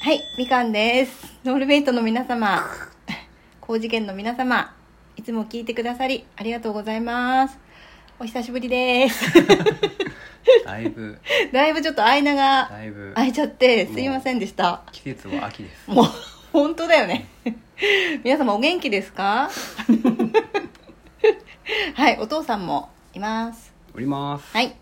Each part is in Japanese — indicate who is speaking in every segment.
Speaker 1: はい、みかんです。ノールベイトの皆様、 高次元の皆様、いつも聞いてくださりありがとうございます。お久しぶりです。
Speaker 2: だいぶ
Speaker 1: だいぶちょっと間が
Speaker 2: だいぶ
Speaker 1: 空いちゃって、すいませんでした。
Speaker 2: 季節は秋です
Speaker 1: もう、本当だよね。 皆様お元気ですか はい、お父さんもいます。
Speaker 2: おります
Speaker 1: はい。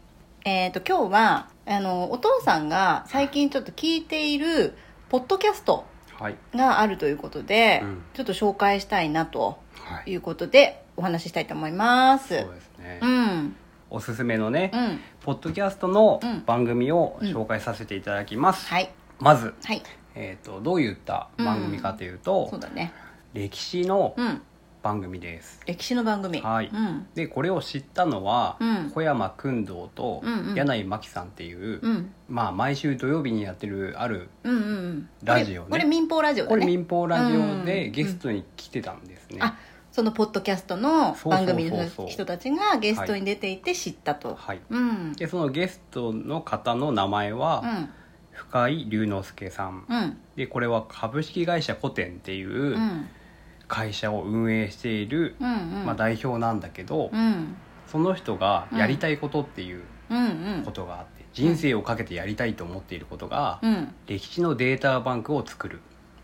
Speaker 1: えっ、と、今日は、あの、お父さんが最近ちょっと聞いている、ポッドキャスト
Speaker 2: はい
Speaker 1: があるということで、
Speaker 2: うん
Speaker 1: ちょっと紹介したいなと
Speaker 2: はい
Speaker 1: いうことで、お話ししたいと思います。
Speaker 2: そうですね
Speaker 1: うん。
Speaker 2: おすすめのね
Speaker 1: うん。
Speaker 2: ポッドキャストの
Speaker 1: うん
Speaker 2: 番組を紹介させていただきます
Speaker 1: はい。
Speaker 2: まず
Speaker 1: はい。
Speaker 2: えーとどういった番組かというと
Speaker 1: そうだね。
Speaker 2: 歴史の
Speaker 1: うん。
Speaker 2: 番組です
Speaker 1: 歴史の番組。
Speaker 2: はい
Speaker 1: うん。
Speaker 2: でこれを知ったのは
Speaker 1: うん
Speaker 2: 小山君堂と
Speaker 1: うんうん
Speaker 2: 柳井真紀さんっていう
Speaker 1: うん。
Speaker 2: まあ毎週土曜日にやってるある
Speaker 1: うんうんうん。
Speaker 2: ラジオね
Speaker 1: これこれ民放ラジオだね。
Speaker 2: これ民放ラジオ
Speaker 1: う
Speaker 2: で
Speaker 1: ん
Speaker 2: ゲストに来てたんですね
Speaker 1: あそのポッドキャストの番組
Speaker 2: そう
Speaker 1: の
Speaker 2: そうそうそう
Speaker 1: 人たちがゲストに出ていて知ったと、
Speaker 2: はい
Speaker 1: うん
Speaker 2: でそのゲストの方の名前は、
Speaker 1: うん
Speaker 2: 深井龍之介さん、
Speaker 1: うん
Speaker 2: でこれは株式会社コテンっていううん会社を運営している、
Speaker 1: うんうん
Speaker 2: まあ、代表なんだけど、
Speaker 1: うん
Speaker 2: その人がやりたいことっていう
Speaker 1: うんうん
Speaker 2: ことがあって、人生をかけてやりたいと思っていることが、
Speaker 1: うん
Speaker 2: 歴史のデータバンクを作る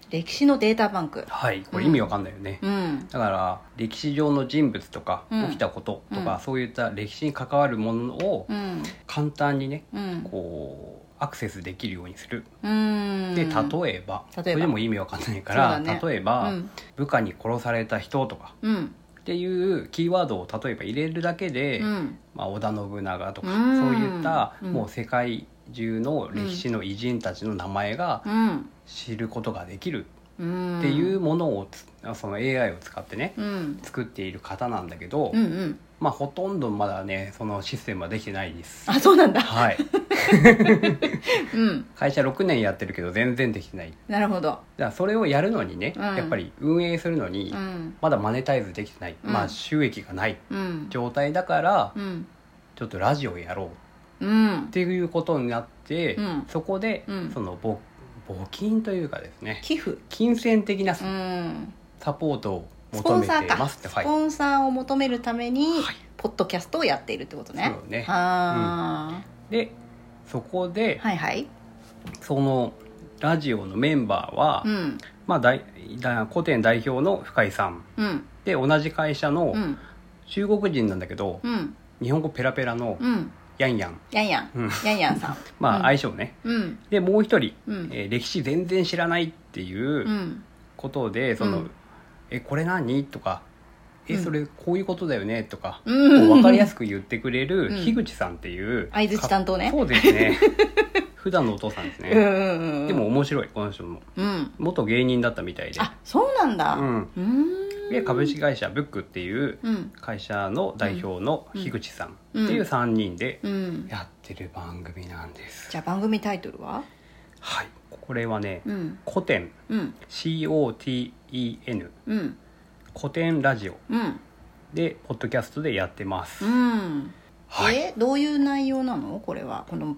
Speaker 1: 歴史のデータバンク
Speaker 2: はいこれ意味わかんないよね、
Speaker 1: うん
Speaker 2: だから歴史上の人物とか
Speaker 1: うん
Speaker 2: 起きたことと
Speaker 1: う
Speaker 2: か、
Speaker 1: ん
Speaker 2: そういった歴史に関わるものを
Speaker 1: うん
Speaker 2: 簡単にね
Speaker 1: うん
Speaker 2: こうアクセスできるようにする
Speaker 1: うん
Speaker 2: で例えば
Speaker 1: 例えば
Speaker 2: それでも意味わかんないか
Speaker 1: そ
Speaker 2: ら、
Speaker 1: うだね
Speaker 2: 例えば、
Speaker 1: うん
Speaker 2: 部下に殺された人とか
Speaker 1: うん
Speaker 2: っていうキーワードを例えば入れるだけで、
Speaker 1: うん
Speaker 2: まあ、織田信長とか、
Speaker 1: うん
Speaker 2: そういった、
Speaker 1: うん
Speaker 2: もう世界中の歴史の偉人たちの名前が
Speaker 1: うん
Speaker 2: 知ることができる
Speaker 1: うん
Speaker 2: っていうものをつ、その AI を使ってね
Speaker 1: うん
Speaker 2: 作っている方なんだけど、
Speaker 1: うんうん
Speaker 2: まあ、ほとんどまだねそのシステムはできてないです。
Speaker 1: あそうなんだ
Speaker 2: はい、
Speaker 1: うん
Speaker 2: 会社6年やってるけど全然できてない
Speaker 1: なるほど
Speaker 2: だからそれをやるのにね、
Speaker 1: うん
Speaker 2: やっぱり運営するのに
Speaker 1: うん
Speaker 2: まだマネタイズできてない、
Speaker 1: うん
Speaker 2: まあ収益がない
Speaker 1: うん
Speaker 2: 状態だから
Speaker 1: うん
Speaker 2: ちょっとラジオやろうっ
Speaker 1: うん
Speaker 2: ていうことになって、
Speaker 1: うん
Speaker 2: そこで
Speaker 1: うん
Speaker 2: そのぼ募金というかですね
Speaker 1: 寄付
Speaker 2: 金銭的な
Speaker 1: うん
Speaker 2: サポートを
Speaker 1: スポ
Speaker 2: 求
Speaker 1: ン
Speaker 2: め
Speaker 1: サー
Speaker 2: て
Speaker 1: か、
Speaker 2: ますって
Speaker 1: ス
Speaker 2: はい
Speaker 1: ポンサーを求めるために、
Speaker 2: はい
Speaker 1: ポッドキャストをやっているってことね
Speaker 2: そうね
Speaker 1: は
Speaker 2: でそこ
Speaker 1: ー
Speaker 2: で
Speaker 1: はいはい
Speaker 2: そのラジオのメンバーは、
Speaker 1: うん
Speaker 2: まあ、大大古典代表の深井さん
Speaker 1: うん
Speaker 2: で同じ会社の
Speaker 1: うん
Speaker 2: 中国人なんだけど、
Speaker 1: うん
Speaker 2: 日本語ペラペラの
Speaker 1: うん
Speaker 2: ヤンヤン、
Speaker 1: やんやん、
Speaker 2: うん
Speaker 1: やんやんさん
Speaker 2: ま
Speaker 1: う
Speaker 2: あ
Speaker 1: ん
Speaker 2: 相性ね、
Speaker 1: うん
Speaker 2: でもう一人、
Speaker 1: うん
Speaker 2: えー歴史全然知らないっていううんことで、その
Speaker 1: うん
Speaker 2: 「えこれ何?」とか「え
Speaker 1: うん
Speaker 2: それこういうことだよね」とか、
Speaker 1: うん
Speaker 2: こう分かりやすく言ってくれ
Speaker 1: うん
Speaker 2: る樋口さんっていう
Speaker 1: 相槌担当ね
Speaker 2: かそうで すね普段のお父さんです
Speaker 1: うん
Speaker 2: ね、
Speaker 1: うんうん
Speaker 2: でも面白いこの人も
Speaker 1: うん
Speaker 2: 元芸人だったみたいで、
Speaker 1: あそうなんだ
Speaker 2: う、
Speaker 1: うんーん
Speaker 2: で株式会社ブックっていう
Speaker 1: うん
Speaker 2: 会社の代表の樋口さんって
Speaker 1: うん
Speaker 2: いう3人で
Speaker 1: うん
Speaker 2: やってる番組なんです、
Speaker 1: じゃあ番組タイトルは
Speaker 2: はいこれはね
Speaker 1: うん
Speaker 2: 古典
Speaker 1: うん
Speaker 2: COTEN
Speaker 1: うん
Speaker 2: 古典ラジオ
Speaker 1: うん
Speaker 2: でポッドキャストでやってます、
Speaker 1: うん
Speaker 2: はい
Speaker 1: えどういう内容なのこれはこの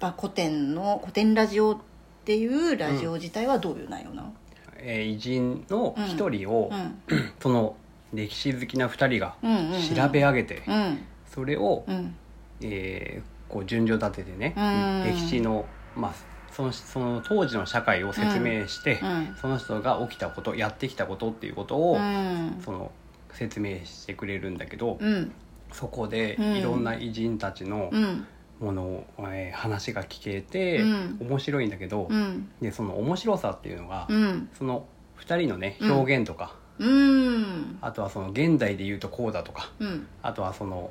Speaker 1: あ古典の古典ラジオっていうラジオ自体はどういう内容なの
Speaker 2: えー偉人の一人を、
Speaker 1: うん
Speaker 2: その歴史好きな二人が
Speaker 1: うんうん
Speaker 2: 調べ上げて、
Speaker 1: うん
Speaker 2: それを、
Speaker 1: うん
Speaker 2: えーこう順序立ててね、
Speaker 1: うん
Speaker 2: 歴史の,、まあ、そのその当時の社会を説明して、
Speaker 1: うん
Speaker 2: その人が起きたことやってきたことっていうことを、
Speaker 1: うん
Speaker 2: その説明してくれるんだけど、
Speaker 1: うん
Speaker 2: そこで
Speaker 1: うん
Speaker 2: いろんな偉人たちの
Speaker 1: うん
Speaker 2: ものを、えー話が聞けて、
Speaker 1: うん
Speaker 2: 面白いんだけど、
Speaker 1: うん
Speaker 2: でその面白さっていうのが、
Speaker 1: うん
Speaker 2: その2人のね
Speaker 1: うん
Speaker 2: 表現とか、
Speaker 1: うん
Speaker 2: あとはその現代で言うとこうだとか
Speaker 1: うん
Speaker 2: あとはその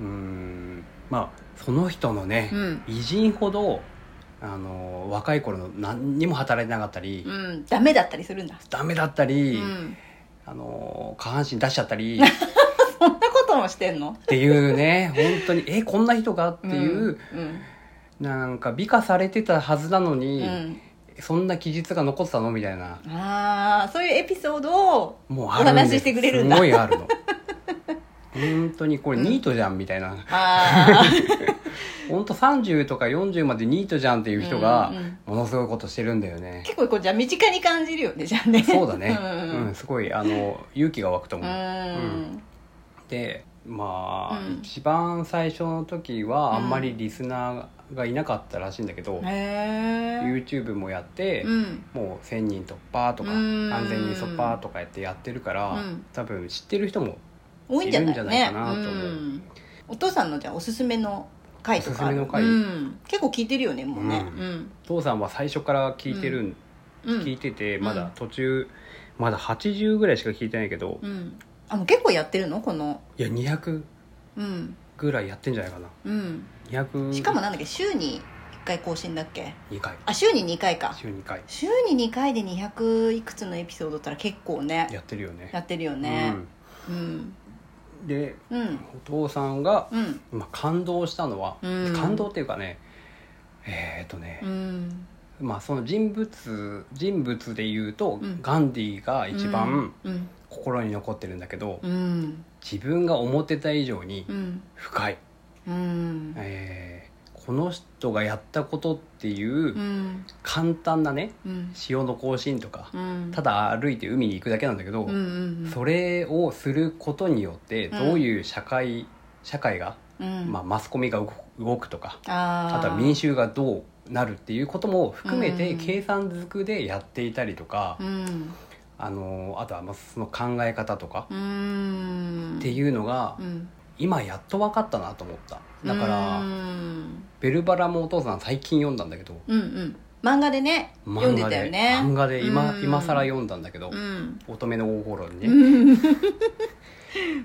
Speaker 2: うーんまあその人のね、
Speaker 1: うん
Speaker 2: 偉人ほどあの若い頃の何にも働いてなかったり、
Speaker 1: うんダメだったりするんだ
Speaker 2: ダメだったり、
Speaker 1: うん
Speaker 2: あの下半身出しちゃったり っ
Speaker 1: そんなこともしてんの
Speaker 2: ていうね本当にえこんな人がっていう、
Speaker 1: うん
Speaker 2: なんか美化されてたはずなの
Speaker 1: う
Speaker 2: に、
Speaker 1: ん
Speaker 2: そんな記述が残ってたのみたいな
Speaker 1: ああそういうエピソードを
Speaker 2: もうあるんです
Speaker 1: お話ししてくれるんだ
Speaker 2: すごいあるの本当にこれニートじゃんみたいな、
Speaker 1: あー
Speaker 2: 本当30とか40までニートじゃんっていう人が
Speaker 1: うんうん
Speaker 2: ものすごいことしてるんだよ ね、
Speaker 1: 結構こうじゃあ身近に感じるよねじゃあね
Speaker 2: そうだね、
Speaker 1: うん
Speaker 2: うんすごいあの勇気が湧くと
Speaker 1: うん
Speaker 2: 思
Speaker 1: う
Speaker 2: う、
Speaker 1: ん
Speaker 2: でまあ、
Speaker 1: うん
Speaker 2: 一番最初の時はあんま
Speaker 1: う
Speaker 2: りリスナーがいなかったらしいんだけど、
Speaker 1: へえ
Speaker 2: YouTube もやって、
Speaker 1: うん
Speaker 2: もう1000人突破とか
Speaker 1: うん
Speaker 2: 完全人突破とかやってやってるから、
Speaker 1: うん
Speaker 2: 多分知ってる人も
Speaker 1: 多いんじゃない
Speaker 2: いる
Speaker 1: ね
Speaker 2: んじゃないかなと思う
Speaker 1: うんお父さんのじゃあおすすめの回とかある
Speaker 2: おすすめの回
Speaker 1: うん、結構聞いてるよねもうね
Speaker 2: う父さんは最初から聞いてるん、
Speaker 1: うんうん
Speaker 2: 聞いてて
Speaker 1: うん
Speaker 2: まだ途中、まだ80ぐらいしか聞いてないけど、
Speaker 1: うんあもう結構やってるのこの
Speaker 2: いや200
Speaker 1: うん
Speaker 2: ぐらいやってんじゃないかな
Speaker 1: うん
Speaker 2: 200
Speaker 1: しかもなんだっけ週に1回更新だっけ
Speaker 2: 2回
Speaker 1: あ週に2回か
Speaker 2: 週2回
Speaker 1: 週に2回で200いくつのエピソードったら結構ね
Speaker 2: やってるよね
Speaker 1: やってるよねうん
Speaker 2: うん、で
Speaker 1: うん
Speaker 2: お父さんが、
Speaker 1: うん
Speaker 2: まあ、感動したのは、
Speaker 1: うん
Speaker 2: 感動っていうかねえっ、とね
Speaker 1: う、ん
Speaker 2: まあその人物人物で言うと、
Speaker 1: うん
Speaker 2: ガンディーが一番
Speaker 1: うん
Speaker 2: 心に残ってるんだけど、
Speaker 1: うん
Speaker 2: 自分が思ってた以上に
Speaker 1: うん
Speaker 2: 深い、
Speaker 1: うん
Speaker 2: えーこの人がやったことっていう
Speaker 1: うんうん
Speaker 2: 簡単なね
Speaker 1: うん
Speaker 2: 潮の行進とか、
Speaker 1: うん
Speaker 2: ただ歩いて海に行くだけなんだけど、
Speaker 1: うんうん
Speaker 2: それをすることによって
Speaker 1: うん
Speaker 2: どういう社会、社会が、
Speaker 1: うん
Speaker 2: まあ、マスコミが動く動くとか
Speaker 1: あ
Speaker 2: あとは民衆がどうなるっていうことも含め
Speaker 1: う
Speaker 2: て
Speaker 1: ん
Speaker 2: 計算づくでやっていたりとか、
Speaker 1: うん
Speaker 2: あのあとはまあその考え方とか
Speaker 1: うん
Speaker 2: って
Speaker 1: う
Speaker 2: いうのが
Speaker 1: ん
Speaker 2: 今やっと分かったなと思っただから、
Speaker 1: うん
Speaker 2: ベルバラもお父さん最近読んだんだけど
Speaker 1: うんうん漫画でね読んでたよね
Speaker 2: 漫画で今,、
Speaker 1: うん
Speaker 2: 今更読んだんだけど、
Speaker 1: うん
Speaker 2: 乙女の大頃にね、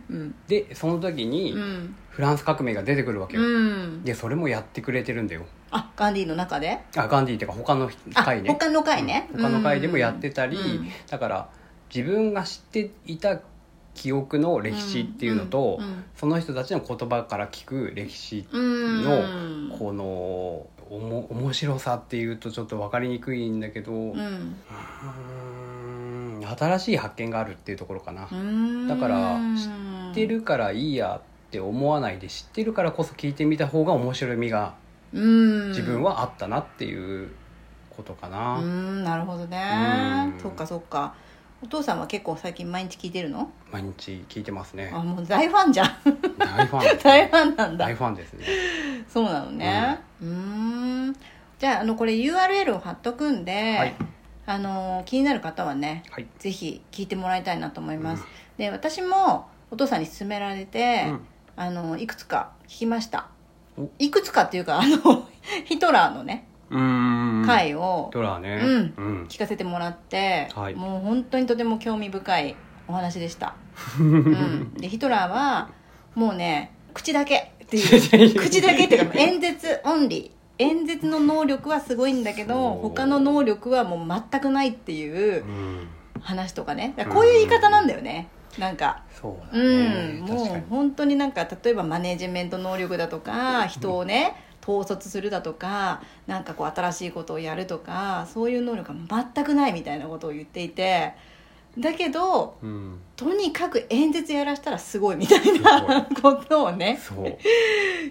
Speaker 1: うん
Speaker 2: でその時に
Speaker 1: うん
Speaker 2: フランス革命が出てくるわけよ、
Speaker 1: うん
Speaker 2: でそれもやってくれてるんだよ
Speaker 1: あガンディの中で
Speaker 2: あガンディっていうか他の
Speaker 1: あ
Speaker 2: 回ね
Speaker 1: 他の回ね、
Speaker 2: うん他の回でもやってたり、
Speaker 1: うん
Speaker 2: だから自分が知っていた記憶の歴史っていうのと、
Speaker 1: うん
Speaker 2: その人たちの言葉から聞く歴史
Speaker 1: うん
Speaker 2: のこのおも面白さっていうとちょっと分かりにくいんだけど、う
Speaker 1: うん
Speaker 2: ーん新しい発見があるっていうところかな、
Speaker 1: うん
Speaker 2: だから知
Speaker 1: っ
Speaker 2: 知ってるからいいやって思わないで知ってるからこそ聞いてみた方が面白みが自
Speaker 1: 自
Speaker 2: 分はあったなっていうことか
Speaker 1: う
Speaker 2: な、
Speaker 1: んなるほどね
Speaker 2: うん
Speaker 1: そっかそっかお父さんは結構最近毎日聞いてるの
Speaker 2: 毎日聞いてますね
Speaker 1: あもう大ファンじゃん
Speaker 2: 大ファンです
Speaker 1: 大
Speaker 2: ね
Speaker 1: ファンなんだ
Speaker 2: 大ファンですね
Speaker 1: そうなのねうんじゃああのこれ URL を貼っとくんで、
Speaker 2: はい
Speaker 1: あの気になる方はね
Speaker 2: はい
Speaker 1: ぜひ聞いてもらいたいなと思います、で私もお父さんに勧められて、
Speaker 2: うん
Speaker 1: あのいくつか聞きました
Speaker 2: お
Speaker 1: いくつかっていうかあの ヒトラーのね
Speaker 2: うーん
Speaker 1: 回を
Speaker 2: ドラーね、
Speaker 1: うん聞かせてもらって、
Speaker 2: はい
Speaker 1: もう本当にとても興味深いお話でした、うん、でヒトラーはもうね口だけっていう 口だけっていうか演説オンリー演説の能力はすごいんだけど
Speaker 2: そう
Speaker 1: 他の能力はもう全くないっていう
Speaker 2: うん
Speaker 1: 話とかねだからこういう言い方なんだよねなんか
Speaker 2: そうだ
Speaker 1: うん
Speaker 2: ね、
Speaker 1: も
Speaker 2: 確か
Speaker 1: う本当になんか例えばマネジメント能力だとか人をね統率するだとかなんかこう新しいことをやるとかそういう能力が全くないみたいなことを言っていてだけど
Speaker 2: に、うん、
Speaker 1: とにかく演説やらしたらすごいみたいなことをね
Speaker 2: そう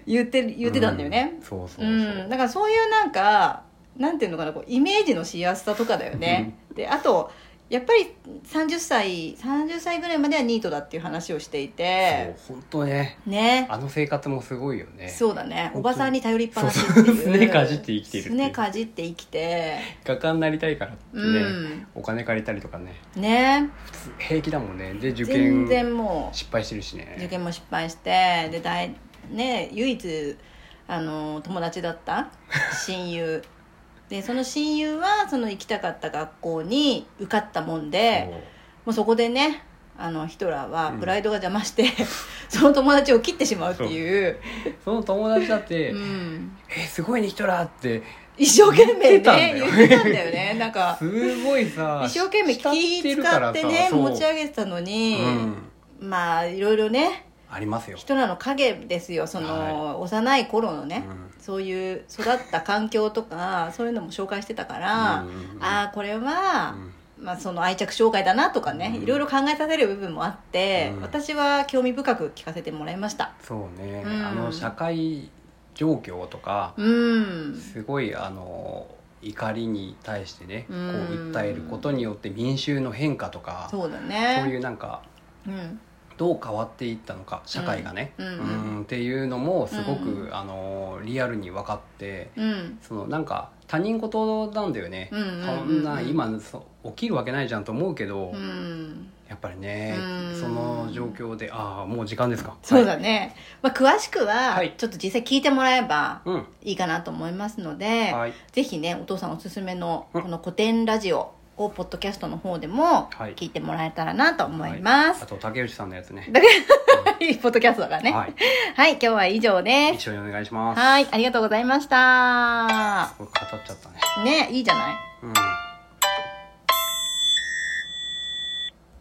Speaker 1: 言ってる言ってたんだよね
Speaker 2: う、そうそう
Speaker 1: う
Speaker 2: そうん
Speaker 1: だからそういうなんかなんていうのかなこうイメージのしやすさとかだよねであとやっぱり30歳30歳ぐらいまではニートだっていう話をしていて
Speaker 2: そう本当ね
Speaker 1: ね
Speaker 2: あの生活もすごいよね
Speaker 1: そうだね
Speaker 2: 本当
Speaker 1: お
Speaker 2: に
Speaker 1: ばさんに頼りっぱなしっていう
Speaker 2: そうそうすねかじって生きてるってい
Speaker 1: す
Speaker 2: う
Speaker 1: ねかじって生きて
Speaker 2: 画家になりたいからってね、
Speaker 1: うん
Speaker 2: お金借りたりとかね
Speaker 1: ね
Speaker 2: 普通平気だもんねで受
Speaker 1: 全
Speaker 2: 験
Speaker 1: 然も
Speaker 2: 失敗してるしね
Speaker 1: う受験も失敗してで大ね唯一あの友達だ った親友でその親友はその行きたかった学校に受かったもんでもうそこでねあのヒトラーはプライドが邪魔して、 その友達を切ってしまうっていう
Speaker 2: そうその友達だって「
Speaker 1: うん、
Speaker 2: えすごいねヒトラー」って
Speaker 1: 一生懸命
Speaker 2: 言ってたんだ
Speaker 1: ね
Speaker 2: よ
Speaker 1: 言ってたんだよねなんか
Speaker 2: すごいさ
Speaker 1: 一生懸命気
Speaker 2: 慕
Speaker 1: 使ってね
Speaker 2: そう
Speaker 1: 持ち上げてたのに、
Speaker 2: うん
Speaker 1: まあいろいろね
Speaker 2: ありますよ
Speaker 1: 人らの影ですよその、幼い頃のね、
Speaker 2: うん
Speaker 1: そういう育った環境とかそういうのも紹介してたから、
Speaker 2: うんうんうん
Speaker 1: ああこれは
Speaker 2: うん
Speaker 1: まあ、その愛着障害だなとかね、
Speaker 2: うん
Speaker 1: いろいろ考えさせる部分もあって、
Speaker 2: うん
Speaker 1: 私は興味深く聞かせてもらいました
Speaker 2: そうね、
Speaker 1: うん
Speaker 2: あの社会状況とか、
Speaker 1: うん
Speaker 2: すごいあの怒りに対してね、
Speaker 1: うん
Speaker 2: こう訴えることによって民衆の変化とか、
Speaker 1: そうだね
Speaker 2: そういうなんか
Speaker 1: うん
Speaker 2: どう変わっていったのか社会がね、
Speaker 1: うんうん
Speaker 2: うんっていうのもすごく、
Speaker 1: う
Speaker 2: あのリアルに分かって
Speaker 1: うん
Speaker 2: そのなんか他人事なんだよね、
Speaker 1: うんうんうんうん
Speaker 2: そんな今そう起きるわけないじゃんと思うけど、
Speaker 1: うん
Speaker 2: やっぱりね、
Speaker 1: うん
Speaker 2: その状況でああもう時間ですか
Speaker 1: そうだね、まあ、詳しくは
Speaker 2: はい
Speaker 1: ちょっと実際聞いてもらえば
Speaker 2: はい、
Speaker 1: いいかなと思いますので、
Speaker 2: うんはい
Speaker 1: ぜひねお父さんおすすめの
Speaker 2: う
Speaker 1: こ
Speaker 2: ん
Speaker 1: の古典ラジオをポッドキャストの方でも
Speaker 2: はい
Speaker 1: 聞いてもらえたらなと思います、
Speaker 2: あと竹内さんのやつね
Speaker 1: だけ ポッドキャストだからねは、
Speaker 2: はいい
Speaker 1: 今日は以上で
Speaker 2: 一
Speaker 1: す
Speaker 2: 緒にお願いします
Speaker 1: はいありがとうございました
Speaker 2: これ語っちゃったね
Speaker 1: ねいいじゃない
Speaker 2: うん